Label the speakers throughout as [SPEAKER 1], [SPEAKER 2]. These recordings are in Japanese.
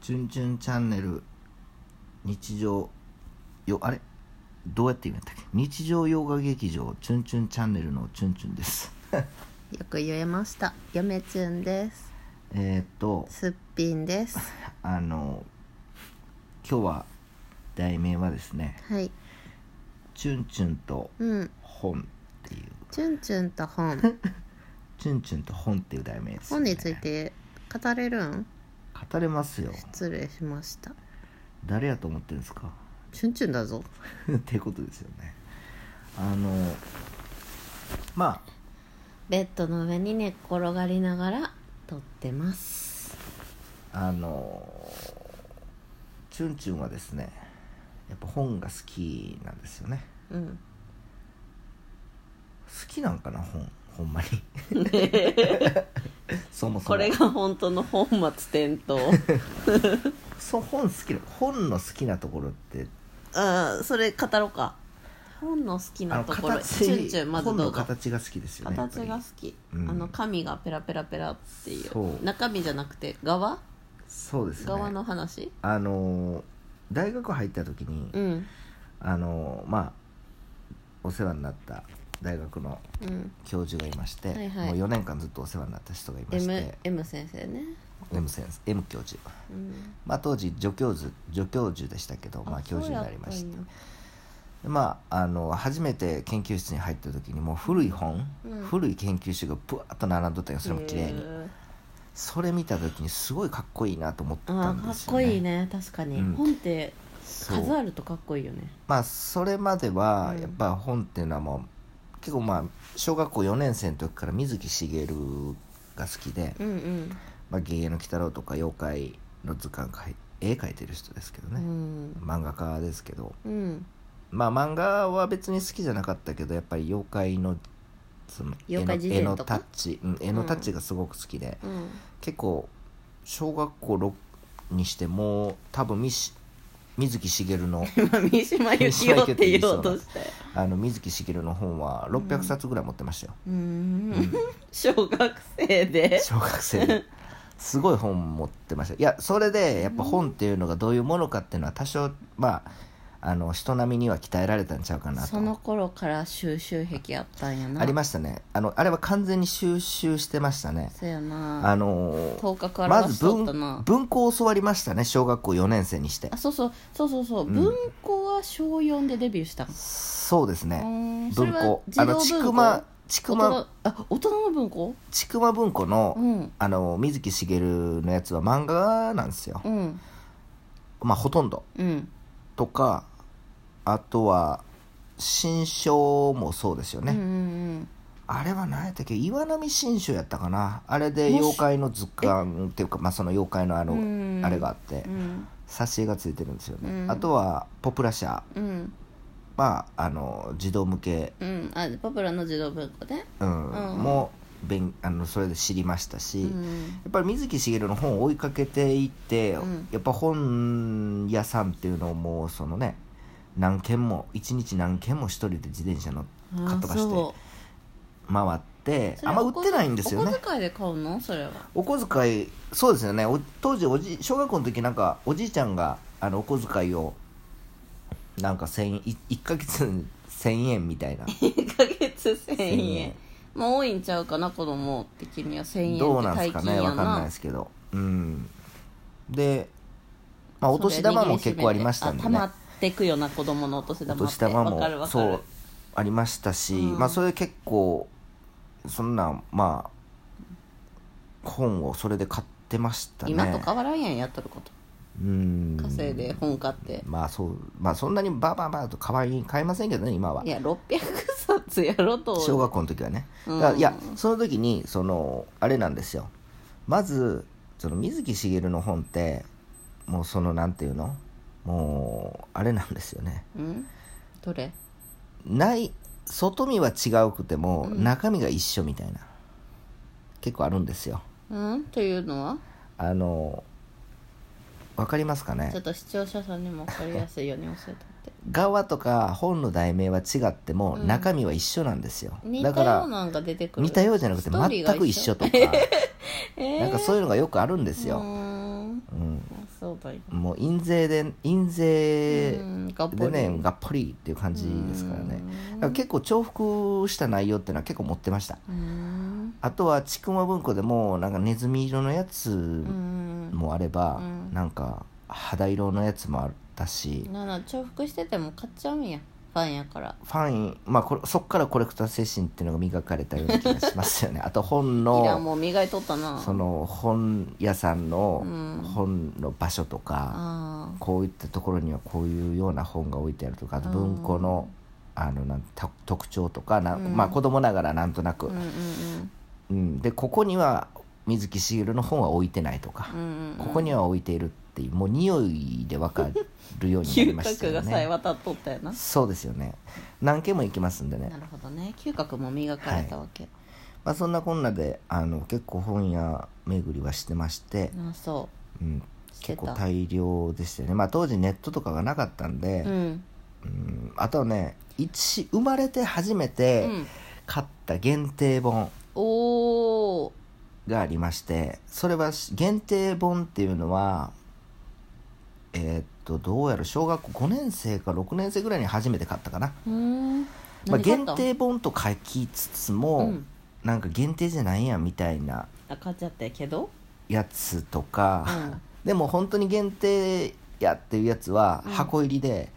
[SPEAKER 1] チュンチュンチャンネル日常よあれどうやって言うんだっけ日常洋画劇場チュンチュンチャンネルのチュンチュンです
[SPEAKER 2] よく言えました嫁チュンです
[SPEAKER 1] えーっと
[SPEAKER 2] すっぴん です
[SPEAKER 1] あの今日は題名はですね
[SPEAKER 2] はい
[SPEAKER 1] 「チュンチュンと
[SPEAKER 2] うん
[SPEAKER 1] 本」っていう
[SPEAKER 2] チュンチュンと 本
[SPEAKER 1] 「チュンチュンと本」っていう題名ですよ
[SPEAKER 2] 本
[SPEAKER 1] ね、
[SPEAKER 2] について語れるん
[SPEAKER 1] 語れますよ
[SPEAKER 2] 失礼しました
[SPEAKER 1] 誰やと思ってるんですか
[SPEAKER 2] チュンチュンだぞ
[SPEAKER 1] っていうことですよねあのまあ
[SPEAKER 2] ベッドの上に寝っ転がりながら撮ってます
[SPEAKER 1] あのチュンチュンはですねやっぱ本が好きなんですよね
[SPEAKER 2] うん
[SPEAKER 1] 好きなんかな本ほんまに そもそも
[SPEAKER 2] これが本当の本末転倒
[SPEAKER 1] そう本好きな本の好きなところって
[SPEAKER 2] あーそれ語ろうか本の好き
[SPEAKER 1] あ
[SPEAKER 2] な
[SPEAKER 1] の
[SPEAKER 2] ところ
[SPEAKER 1] 形
[SPEAKER 2] チュンチュンまず
[SPEAKER 1] 本
[SPEAKER 2] ど
[SPEAKER 1] の
[SPEAKER 2] うぞ
[SPEAKER 1] 形が好きですよねやっぱ
[SPEAKER 2] 形
[SPEAKER 1] り
[SPEAKER 2] が好き、
[SPEAKER 1] うん
[SPEAKER 2] あの紙がペラペラペラってい
[SPEAKER 1] そう
[SPEAKER 2] う中身じゃなくて側
[SPEAKER 1] そうですね
[SPEAKER 2] 側の話
[SPEAKER 1] あの大学入った時に、
[SPEAKER 2] うん
[SPEAKER 1] あのまあお世話になった大学の
[SPEAKER 2] うん
[SPEAKER 1] 教授がいまして、
[SPEAKER 2] はいはい
[SPEAKER 1] もう4年間ずっとお世話になった人がいまして
[SPEAKER 2] M, M 先生ね、
[SPEAKER 1] M 先生 M 教授、
[SPEAKER 2] うん、
[SPEAKER 1] まあ、当時助教授助教授でしたけど、まあ、教授になりまし
[SPEAKER 2] そう
[SPEAKER 1] て
[SPEAKER 2] やっ
[SPEAKER 1] でまああの初めて研究室に入った時にもう古い本、
[SPEAKER 2] うん
[SPEAKER 1] 古い研究集がブワーッと並んどったんよそ
[SPEAKER 2] た
[SPEAKER 1] れ
[SPEAKER 2] んや
[SPEAKER 1] も綺麗に
[SPEAKER 2] へ
[SPEAKER 1] それ見た時にすごいかっこいいなと思っ
[SPEAKER 2] ーあ
[SPEAKER 1] た
[SPEAKER 2] あ
[SPEAKER 1] ん
[SPEAKER 2] か
[SPEAKER 1] で
[SPEAKER 2] っ
[SPEAKER 1] すよ、ね、
[SPEAKER 2] こいいね確かに、
[SPEAKER 1] うん
[SPEAKER 2] 本って
[SPEAKER 1] そう
[SPEAKER 2] 数あるとかっこいいよね
[SPEAKER 1] まあそれまでは
[SPEAKER 2] うん
[SPEAKER 1] やっぱ本っていうのはもう結構まあ小学校4年生の時から水木しげるが好きで
[SPEAKER 2] うんうん
[SPEAKER 1] 「まあ、ゲゲの鬼太郎」とか「妖怪の図鑑かい」絵描いてる人ですけど
[SPEAKER 2] う
[SPEAKER 1] ね、
[SPEAKER 2] ん
[SPEAKER 1] 漫画家ですけど
[SPEAKER 2] うん
[SPEAKER 1] まあ漫画は別に好きじゃなかったけどやっぱり妖怪のその絵
[SPEAKER 2] 妖
[SPEAKER 1] の
[SPEAKER 2] 怪
[SPEAKER 1] 絵
[SPEAKER 2] 事
[SPEAKER 1] の
[SPEAKER 2] 典と
[SPEAKER 1] タ
[SPEAKER 2] か
[SPEAKER 1] ッチ、うん、絵のタッチがすごく好きで、
[SPEAKER 2] うん
[SPEAKER 1] 結構小学校6にしてもう多分みし水木しげる の
[SPEAKER 2] 今三島由紀夫って言おうとして
[SPEAKER 1] あの水木しげるの本は600冊ぐらい持ってましたよ、
[SPEAKER 2] うーん 小学生で
[SPEAKER 1] 小学生 ですごい本持ってましたいやそれでやっぱ本っていうのがどういうものかっていうのは多少まああの人並みには鍛えられたんちゃうかなと
[SPEAKER 2] その頃から収集癖あったんやな
[SPEAKER 1] ありましたねあのあれは完全に収集してましたね
[SPEAKER 2] そうやな
[SPEAKER 1] あのー
[SPEAKER 2] 頭角
[SPEAKER 1] ま
[SPEAKER 2] 表し
[SPEAKER 1] ず
[SPEAKER 2] とった
[SPEAKER 1] 文
[SPEAKER 2] な、
[SPEAKER 1] 文庫を教わりましたね小学校4年生にして
[SPEAKER 2] あそうそうそうそうそう、文庫は小4でデビューしたん
[SPEAKER 1] そうです
[SPEAKER 2] う
[SPEAKER 1] ね
[SPEAKER 2] ーんそれ
[SPEAKER 1] 文
[SPEAKER 2] は
[SPEAKER 1] 庫あ
[SPEAKER 2] 児
[SPEAKER 1] の
[SPEAKER 2] 童
[SPEAKER 1] ち
[SPEAKER 2] 文
[SPEAKER 1] く
[SPEAKER 2] 庫
[SPEAKER 1] まちく
[SPEAKER 2] 大
[SPEAKER 1] ま
[SPEAKER 2] 人あ大人の文庫
[SPEAKER 1] ちくま文庫の、
[SPEAKER 2] うん
[SPEAKER 1] あの水木しげるのやつは漫画なんですよ、
[SPEAKER 2] うん
[SPEAKER 1] まあほとんど
[SPEAKER 2] うん
[SPEAKER 1] とかあとは新書もそうですよ
[SPEAKER 2] うんう
[SPEAKER 1] ね、
[SPEAKER 2] ん
[SPEAKER 1] あれは何やったっけ岩波新書やったかなあれで
[SPEAKER 2] もし
[SPEAKER 1] 妖怪の図鑑っていうか、まあ、その妖怪のあの、
[SPEAKER 2] うん
[SPEAKER 1] あれがあって
[SPEAKER 2] うん
[SPEAKER 1] 挿絵がついてるんですよね、
[SPEAKER 2] うん
[SPEAKER 1] あとはポプラ社
[SPEAKER 2] うん
[SPEAKER 1] まああの児童向け、
[SPEAKER 2] うんあポプラの児童文庫ね
[SPEAKER 1] うん
[SPEAKER 2] うん
[SPEAKER 1] も勉あのそれで知りましたし、
[SPEAKER 2] うん
[SPEAKER 1] やっぱり水木しげるの本を追いかけていって、
[SPEAKER 2] うん
[SPEAKER 1] やっぱ本屋さんっていうのをもうそのね何軒も一日何軒も一人で自転車の
[SPEAKER 2] あ
[SPEAKER 1] かっ飛ばして
[SPEAKER 2] そ
[SPEAKER 1] 回って
[SPEAKER 2] うそれ
[SPEAKER 1] あんま売ってないんですよ
[SPEAKER 2] お
[SPEAKER 1] ね
[SPEAKER 2] 小遣いで買うのそれは
[SPEAKER 1] お小遣いそうですよねお当時おじ小学校の時なんかおじいちゃんがあのお小遣いをなんか千円い1ヶ月に1000円みたいな
[SPEAKER 2] 1ヶ月
[SPEAKER 1] 千
[SPEAKER 2] 1000円
[SPEAKER 1] 円
[SPEAKER 2] まあ多いんちゃうかな子供的には1000円
[SPEAKER 1] どう
[SPEAKER 2] っ
[SPEAKER 1] なんで
[SPEAKER 2] て
[SPEAKER 1] す
[SPEAKER 2] 大
[SPEAKER 1] か
[SPEAKER 2] 金
[SPEAKER 1] ね
[SPEAKER 2] や
[SPEAKER 1] わかんない
[SPEAKER 2] な
[SPEAKER 1] ですけどうんで、まあ、お年玉も結構ありましたんで
[SPEAKER 2] た
[SPEAKER 1] ね
[SPEAKER 2] まってくよな子供のお年
[SPEAKER 1] お
[SPEAKER 2] 玉って
[SPEAKER 1] 年玉
[SPEAKER 2] わかるわ
[SPEAKER 1] も
[SPEAKER 2] かる
[SPEAKER 1] そうありましたし、
[SPEAKER 2] うん
[SPEAKER 1] まあそれ結構そんなんまあ本をそれで買ってましたね
[SPEAKER 2] 今と変わらんやんやっとること
[SPEAKER 1] うん
[SPEAKER 2] 稼いで本買って、
[SPEAKER 1] まあそうまあそんなにバーバーバーと可愛い買いませんけどね今はい
[SPEAKER 2] や600冊やろと
[SPEAKER 1] 小学校の時はね、
[SPEAKER 2] うん
[SPEAKER 1] だからいやその時にそのあれなんですよまずその水木しげるの本ってもうそのなんていうのもうあれなんですよね
[SPEAKER 2] うんどれ
[SPEAKER 1] ない外見は違うくても、中身が一緒みたいな結構あるんですよ
[SPEAKER 2] うんというのは
[SPEAKER 1] あのわかりますかね
[SPEAKER 2] ちょっと視聴者さんにも分かりやすいように教えてって
[SPEAKER 1] 側とか本の題名は違っても、中身は一緒なんですよ
[SPEAKER 2] 似た
[SPEAKER 1] だか
[SPEAKER 2] よう
[SPEAKER 1] ら
[SPEAKER 2] なんか出てくる
[SPEAKER 1] 似たようじゃなくて
[SPEAKER 2] ストーリーが
[SPEAKER 1] 全く一緒とか、
[SPEAKER 2] えー
[SPEAKER 1] なんかそういうのがよくあるんです
[SPEAKER 2] う
[SPEAKER 1] よ、
[SPEAKER 2] ーん
[SPEAKER 1] うん
[SPEAKER 2] あそううだよ
[SPEAKER 1] もう印税で印税
[SPEAKER 2] うんがっぽ
[SPEAKER 1] で
[SPEAKER 2] り
[SPEAKER 1] ねがっぽりっていう感じですからねだから結構重複した内容っていうのは結構持ってました
[SPEAKER 2] うん
[SPEAKER 1] あとはちくま文庫でもなんかネズミ色のやつ
[SPEAKER 2] うん
[SPEAKER 1] もあれば、
[SPEAKER 2] うん
[SPEAKER 1] なんか肌色のやつもあったし、
[SPEAKER 2] なら重複してても買っちゃうんやファンやから
[SPEAKER 1] ファンまあこれそっからコレクター精神っていうのが磨かれたような気がしますよ ねあと本
[SPEAKER 2] いらん
[SPEAKER 1] の
[SPEAKER 2] もう磨いとったな
[SPEAKER 1] その本屋さんの
[SPEAKER 2] うん
[SPEAKER 1] 本の場所とか、
[SPEAKER 2] あ
[SPEAKER 1] こういったところにはこういうような本が置いてあるとかあと文庫の,、あのなんた特徴とかな、
[SPEAKER 2] うん
[SPEAKER 1] まあ子供ながらなんとな
[SPEAKER 2] あ
[SPEAKER 1] く、
[SPEAKER 2] う
[SPEAKER 1] うん
[SPEAKER 2] うんんうん
[SPEAKER 1] でここには水木しげるの本は置いてないとか、
[SPEAKER 2] うんうん
[SPEAKER 1] ここには置いているっていうもう匂いでわかるようになり
[SPEAKER 2] 嗅
[SPEAKER 1] ました
[SPEAKER 2] 覚
[SPEAKER 1] よ
[SPEAKER 2] がさえ
[SPEAKER 1] ね。
[SPEAKER 2] 渡っとったよな
[SPEAKER 1] そうですよね。何件も行きますんでね
[SPEAKER 2] な。るほどね嗅覚も磨かれたわけ、
[SPEAKER 1] まあそんなこんなであの結構本屋巡りはしてまして、
[SPEAKER 2] ああそ
[SPEAKER 1] うん、
[SPEAKER 2] うして
[SPEAKER 1] 結構
[SPEAKER 2] た
[SPEAKER 1] 大量でしたよね。まあ当時ネットとかがなかったんで、
[SPEAKER 2] うん
[SPEAKER 1] うんあとはね一生まれて初め
[SPEAKER 2] う
[SPEAKER 1] て
[SPEAKER 2] ん
[SPEAKER 1] 買った限定本
[SPEAKER 2] おお
[SPEAKER 1] がありまして、それはし限定本っていうのは。えーっとどうやら小学校5年生か6年生ぐらいに初めて買ったかな
[SPEAKER 2] うん
[SPEAKER 1] まあ、
[SPEAKER 2] 何買っ
[SPEAKER 1] 限
[SPEAKER 2] たん
[SPEAKER 1] 定本と書きつつ
[SPEAKER 2] う
[SPEAKER 1] も、
[SPEAKER 2] ん
[SPEAKER 1] なんか限定じゃないやんみたいな
[SPEAKER 2] あ買っちゃったけど
[SPEAKER 1] やつとか、
[SPEAKER 2] うん
[SPEAKER 1] でも本当に限定やっていうやつは
[SPEAKER 2] うん
[SPEAKER 1] 箱入りで、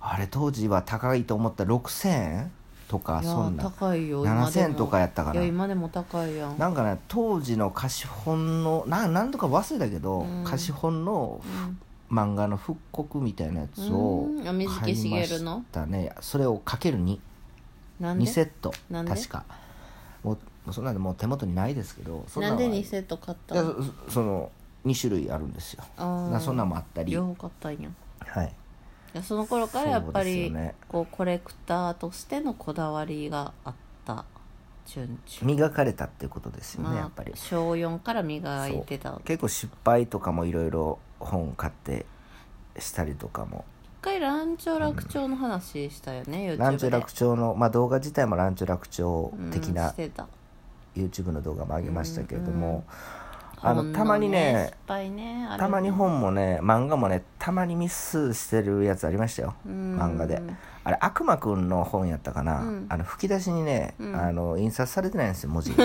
[SPEAKER 1] あれ当時は高いと思った6000円とか
[SPEAKER 2] いや
[SPEAKER 1] そん
[SPEAKER 2] ー
[SPEAKER 1] な
[SPEAKER 2] 高いよ今で
[SPEAKER 1] 7000
[SPEAKER 2] も
[SPEAKER 1] とかやったか
[SPEAKER 2] いや
[SPEAKER 1] ら
[SPEAKER 2] 今でも高いやん
[SPEAKER 1] なんかね当時の貸本のな何とか忘れたけど、
[SPEAKER 2] うん
[SPEAKER 1] 貸本の
[SPEAKER 2] うん
[SPEAKER 1] 漫画の復刻みたいなやつを
[SPEAKER 2] うんあ水木しげるの
[SPEAKER 1] 買いましたねそれをかける2。
[SPEAKER 2] なん
[SPEAKER 1] 2セ
[SPEAKER 2] で
[SPEAKER 1] ット
[SPEAKER 2] なんで
[SPEAKER 1] 確かもうもうそんなんでもう手元にないですけどそん
[SPEAKER 2] なんで2
[SPEAKER 1] ッ
[SPEAKER 2] セット買った
[SPEAKER 1] ト
[SPEAKER 2] の
[SPEAKER 1] そその2種類あるんですよ
[SPEAKER 2] あ
[SPEAKER 1] な
[SPEAKER 2] あ
[SPEAKER 1] そんなんもあったり
[SPEAKER 2] 両方買ったんやい
[SPEAKER 1] はい
[SPEAKER 2] やその頃からやっ
[SPEAKER 1] そ
[SPEAKER 2] ぱ
[SPEAKER 1] うです
[SPEAKER 2] り、
[SPEAKER 1] よね
[SPEAKER 2] こうコレクターとしてのこだわりがあった順々
[SPEAKER 1] 磨かれたっていうことですよね、やっぱり
[SPEAKER 2] 小4から磨いてた一
[SPEAKER 1] 結構失敗とかもいろいろ本買ってしたりとかも
[SPEAKER 2] 回ランチョ楽町の話したよね、YouTube で
[SPEAKER 1] ランチュ楽町の、まあ、動画自体もランチュ楽町的
[SPEAKER 2] うん
[SPEAKER 1] な
[SPEAKER 2] してた
[SPEAKER 1] YouTube の動画も上げましたけれど
[SPEAKER 2] うんう
[SPEAKER 1] も
[SPEAKER 2] ん、
[SPEAKER 1] あの
[SPEAKER 2] 本
[SPEAKER 1] たまにね
[SPEAKER 2] 失敗ねあれ
[SPEAKER 1] たまに本もね漫画もねたまにミスしてるやつありましたよ
[SPEAKER 2] うん
[SPEAKER 1] 漫画であれ悪魔くんの本やったかな、
[SPEAKER 2] うん
[SPEAKER 1] あの吹き出しにね、
[SPEAKER 2] うん
[SPEAKER 1] あの印刷されてないんですよ文字 が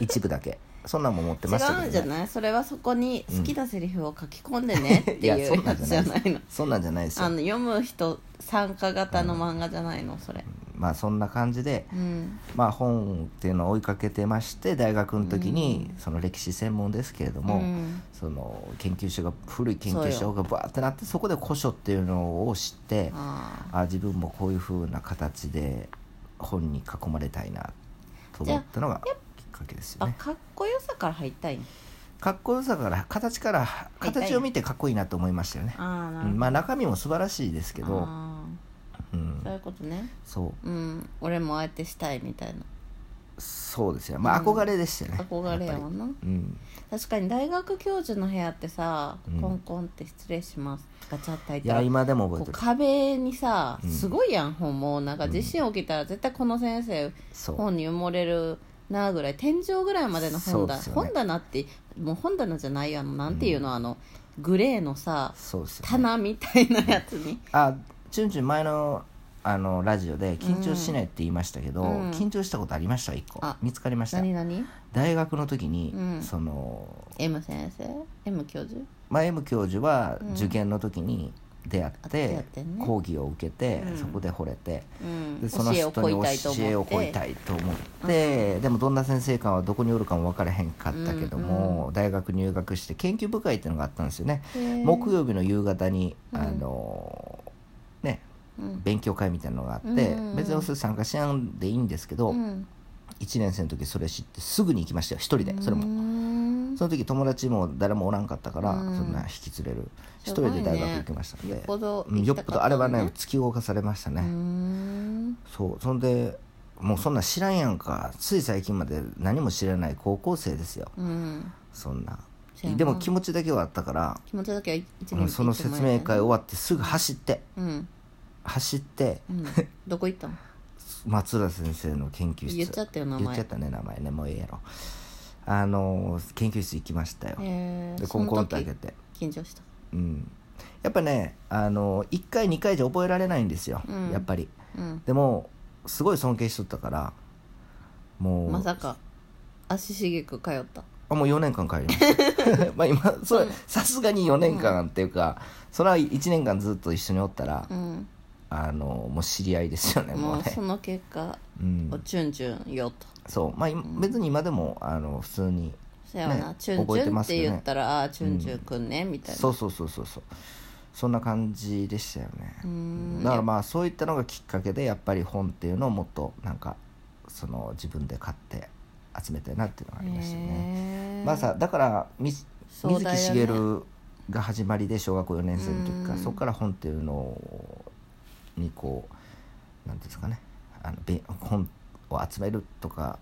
[SPEAKER 1] 一部だけそんなんも持って
[SPEAKER 2] 違
[SPEAKER 1] ました
[SPEAKER 2] うん
[SPEAKER 1] け
[SPEAKER 2] じゃ
[SPEAKER 1] ど、ね、
[SPEAKER 2] ないそれはそこに好きなセリフを書き込んでねって い
[SPEAKER 1] いやそううな
[SPEAKER 2] や
[SPEAKER 1] ん
[SPEAKER 2] つ
[SPEAKER 1] じ
[SPEAKER 2] じ
[SPEAKER 1] ゃ
[SPEAKER 2] ゃ
[SPEAKER 1] な
[SPEAKER 2] ないいの
[SPEAKER 1] そんなんじゃないです
[SPEAKER 2] あ
[SPEAKER 1] よ
[SPEAKER 2] の読む人参加型の漫画じゃないのそれ
[SPEAKER 1] まあそんな感じで、
[SPEAKER 2] うん
[SPEAKER 1] まあ、本っていうのを追いかけてまして大学の時に、その歴史専門ですけれども、
[SPEAKER 2] うん
[SPEAKER 1] その研究所が古い研究所がバーってなってそこで古書っていうのを知って
[SPEAKER 2] あ
[SPEAKER 1] あ自分もこういうふうな形で本に囲まれたいなと思ったのがきっかけです
[SPEAKER 2] ー
[SPEAKER 1] よ
[SPEAKER 2] あ
[SPEAKER 1] ね。
[SPEAKER 2] かっこよさから入ったいん
[SPEAKER 1] かっこよさから形から形を見てかっこいいなと思いましたよね、
[SPEAKER 2] あ
[SPEAKER 1] う
[SPEAKER 2] あなるほ
[SPEAKER 1] ん
[SPEAKER 2] ど
[SPEAKER 1] まあ中身も素晴らしいですけど、
[SPEAKER 2] あ
[SPEAKER 1] う
[SPEAKER 2] ー
[SPEAKER 1] ん
[SPEAKER 2] そういうことね
[SPEAKER 1] そう
[SPEAKER 2] うん俺もああやってしたいみたい
[SPEAKER 1] そうですよまあ
[SPEAKER 2] うん
[SPEAKER 1] 憧れでしたよね
[SPEAKER 2] な、憧れやもんな
[SPEAKER 1] うん、
[SPEAKER 2] 確かに大学教授の部屋ってさ、
[SPEAKER 1] うん
[SPEAKER 2] コンコンって失礼しますガチャって開い
[SPEAKER 1] い
[SPEAKER 2] た
[SPEAKER 1] や
[SPEAKER 2] ら
[SPEAKER 1] 今でも覚
[SPEAKER 2] こ
[SPEAKER 1] え
[SPEAKER 2] う
[SPEAKER 1] てる
[SPEAKER 2] 壁にさ
[SPEAKER 1] うん
[SPEAKER 2] すごいやん、本もうなんか地震起きたら絶対この先生
[SPEAKER 1] そう
[SPEAKER 2] 本に埋もれるなあぐらい天井ぐらいまでの
[SPEAKER 1] そ
[SPEAKER 2] 本
[SPEAKER 1] うで
[SPEAKER 2] 棚、
[SPEAKER 1] すよね
[SPEAKER 2] 本棚ってもう本棚じゃないよあのなんていうの、あのグレーのさ
[SPEAKER 1] そうですよ、ね、
[SPEAKER 2] 棚みたいなやつに
[SPEAKER 1] あチュンチュン前のあのラジオで緊張しないって言いましたけど、
[SPEAKER 2] うん
[SPEAKER 1] 緊張したことありました一個
[SPEAKER 2] あ
[SPEAKER 1] 見つかりました
[SPEAKER 2] 何何
[SPEAKER 1] 大学の時に、
[SPEAKER 2] うん
[SPEAKER 1] その
[SPEAKER 2] M 先生 M 教授
[SPEAKER 1] 前 M 教授は
[SPEAKER 2] うん
[SPEAKER 1] 受験の時に出会っ
[SPEAKER 2] あ
[SPEAKER 1] て
[SPEAKER 2] 出会ってね
[SPEAKER 1] 講義を受けて、
[SPEAKER 2] うん
[SPEAKER 1] そこで惚れて、
[SPEAKER 2] うん
[SPEAKER 1] でその人に教えを乞いたいと思って、でもどんな先生かはどこにおるかも分からへんかったけども、大学入学して研究部会っていうのがあったんですよね、木
[SPEAKER 2] 曜
[SPEAKER 1] 曜日の夕方に、
[SPEAKER 2] うん
[SPEAKER 1] あのね
[SPEAKER 2] うん
[SPEAKER 1] 勉強会みたいなのがあって、
[SPEAKER 2] うん
[SPEAKER 1] 別にそれ参加しやんでいいんですけど、
[SPEAKER 2] うん
[SPEAKER 1] 1年生の時それ知ってすぐに行きましたよ一人でそれ
[SPEAKER 2] う
[SPEAKER 1] も。
[SPEAKER 2] ん
[SPEAKER 1] その時友達も誰もおらんかったから、
[SPEAKER 2] うん
[SPEAKER 1] そんな引き連れる一
[SPEAKER 2] すご
[SPEAKER 1] 人
[SPEAKER 2] いね
[SPEAKER 1] で大学行きましたんで
[SPEAKER 2] よっぽど
[SPEAKER 1] うんよっぽどあれはね突き動かされましたね、
[SPEAKER 2] うん
[SPEAKER 1] そうそんでもうそんなん知らんやんかつい最近まで何も知らない高校生ですよ
[SPEAKER 2] うん
[SPEAKER 1] そんな
[SPEAKER 2] そうやな
[SPEAKER 1] でも気持ちだけはあったから
[SPEAKER 2] 気持ちだけは一年
[SPEAKER 1] もうその説明会終わってすぐ走って
[SPEAKER 2] うん
[SPEAKER 1] 走って
[SPEAKER 2] うんどこ行ったの
[SPEAKER 1] 松浦先生の研究室
[SPEAKER 2] 言っちゃったよ名前
[SPEAKER 1] 言っちゃったね名前ねもうええやろあのー研究室行きましたよ
[SPEAKER 2] えー
[SPEAKER 1] で
[SPEAKER 2] そ
[SPEAKER 1] コン
[SPEAKER 2] の
[SPEAKER 1] コンっ
[SPEAKER 2] 時
[SPEAKER 1] て開けて
[SPEAKER 2] 緊張した
[SPEAKER 1] うん、やっぱねあの1回2回じゃ覚えられないんですよ、
[SPEAKER 2] うん
[SPEAKER 1] やっぱり
[SPEAKER 2] うん
[SPEAKER 1] でもすごい尊敬しとったからもう
[SPEAKER 2] まさか足しげく通った
[SPEAKER 1] あもう4年間帰りました まあ今それさすがに4年間っていうか、それは1年間ずっと一緒におったら、
[SPEAKER 2] うん
[SPEAKER 1] あのもう知り合いですよねも
[SPEAKER 2] も
[SPEAKER 1] う
[SPEAKER 2] う
[SPEAKER 1] ね
[SPEAKER 2] その結果
[SPEAKER 1] うん
[SPEAKER 2] おチュンチュンよと
[SPEAKER 1] そうまあ今別に今でもあの普通に
[SPEAKER 2] そやわな、
[SPEAKER 1] ね
[SPEAKER 2] チュンチ
[SPEAKER 1] 覚えて
[SPEAKER 2] ュン
[SPEAKER 1] ま
[SPEAKER 2] っ
[SPEAKER 1] す
[SPEAKER 2] て
[SPEAKER 1] よね
[SPEAKER 2] 言ったら、ああーチュンチュンくんねみたいな
[SPEAKER 1] そうそうそうそうそうそんな感じでしたよね、
[SPEAKER 2] うーん
[SPEAKER 1] だからまあそういったのがきっかけでやっぱり本っていうのをもっとなんかその自分で買って集めたいなっていうのがありましたね。
[SPEAKER 2] へー
[SPEAKER 1] まあさだからみ水
[SPEAKER 2] そうだ
[SPEAKER 1] 木
[SPEAKER 2] よね
[SPEAKER 1] しげるが始まりで小学校4年生の時か
[SPEAKER 2] う
[SPEAKER 1] ら
[SPEAKER 2] ん
[SPEAKER 1] そこから本っていうのにこうなんていうんですかねあのべ本を集めるとか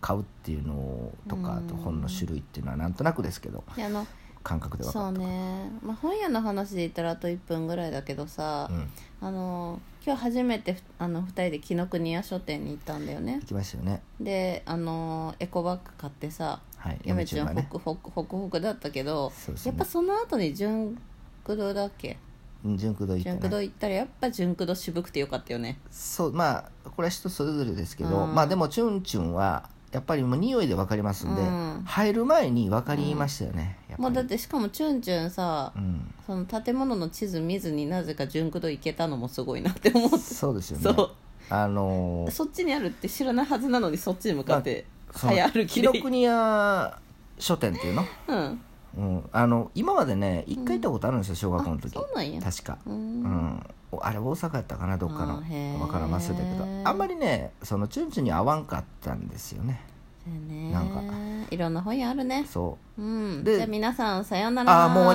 [SPEAKER 1] 買うっていうのとかあと
[SPEAKER 2] うん
[SPEAKER 1] 本の種類っていうのはなんとなくですけど
[SPEAKER 2] いやあの
[SPEAKER 1] 感覚で分
[SPEAKER 2] そ
[SPEAKER 1] か
[SPEAKER 2] う
[SPEAKER 1] った。
[SPEAKER 2] ね、まあ、本屋の話で言ったらあと1分ぐらいだけどさ、
[SPEAKER 1] うん
[SPEAKER 2] あの今日初めてふあの2人で紀ノ国屋書店に行ったんだよね
[SPEAKER 1] 行きましたよね。
[SPEAKER 2] であのエコバッグ買ってさ
[SPEAKER 1] はい。
[SPEAKER 2] やめち
[SPEAKER 1] ち
[SPEAKER 2] ゃ
[SPEAKER 1] ゃ
[SPEAKER 2] ん
[SPEAKER 1] ん
[SPEAKER 2] ホクホクホクホクだったけど、
[SPEAKER 1] そうです
[SPEAKER 2] や
[SPEAKER 1] ね
[SPEAKER 2] っぱその後に純駆動だっけ
[SPEAKER 1] 純駆動行って
[SPEAKER 2] 純
[SPEAKER 1] ね
[SPEAKER 2] 駆動行ったらやっぱ純駆動渋くてよかったよね
[SPEAKER 1] そうまあこれは人それぞれですけど、
[SPEAKER 2] うん
[SPEAKER 1] まあでもチュンチュンはやっぱりもう匂いで分かりますんで、
[SPEAKER 2] うん
[SPEAKER 1] 入る前に分かりましたよね、やっぱり
[SPEAKER 2] もうだってしかもチュンチュンさ、
[SPEAKER 1] うん、
[SPEAKER 2] その建物の地図見ずになぜか純駆動行けたのもすごいなって思って
[SPEAKER 1] そうですよね
[SPEAKER 2] そ
[SPEAKER 1] あの
[SPEAKER 2] う
[SPEAKER 1] ー
[SPEAKER 2] そっちにあるって知らないはずなのにそっちに向かって
[SPEAKER 1] その
[SPEAKER 2] 早歩き
[SPEAKER 1] 紀
[SPEAKER 2] で
[SPEAKER 1] ノ国屋書店っていうの、
[SPEAKER 2] うん
[SPEAKER 1] うん、あの今までね一回行ったことあるんですよ、小学校の時
[SPEAKER 2] あそうなんや
[SPEAKER 1] 確か、
[SPEAKER 2] う
[SPEAKER 1] うんん、おあれ大阪やったかなどっか
[SPEAKER 2] あ
[SPEAKER 1] の
[SPEAKER 2] ーへー
[SPEAKER 1] 分からん忘れたけどあんまりねそのチュンチュンに合わんかったんですよね
[SPEAKER 2] そうやね
[SPEAKER 1] なんか
[SPEAKER 2] いろんな本屋あるね
[SPEAKER 1] そう
[SPEAKER 2] うん
[SPEAKER 1] で
[SPEAKER 2] じゃあ皆さんさようなら
[SPEAKER 1] ああもう終わ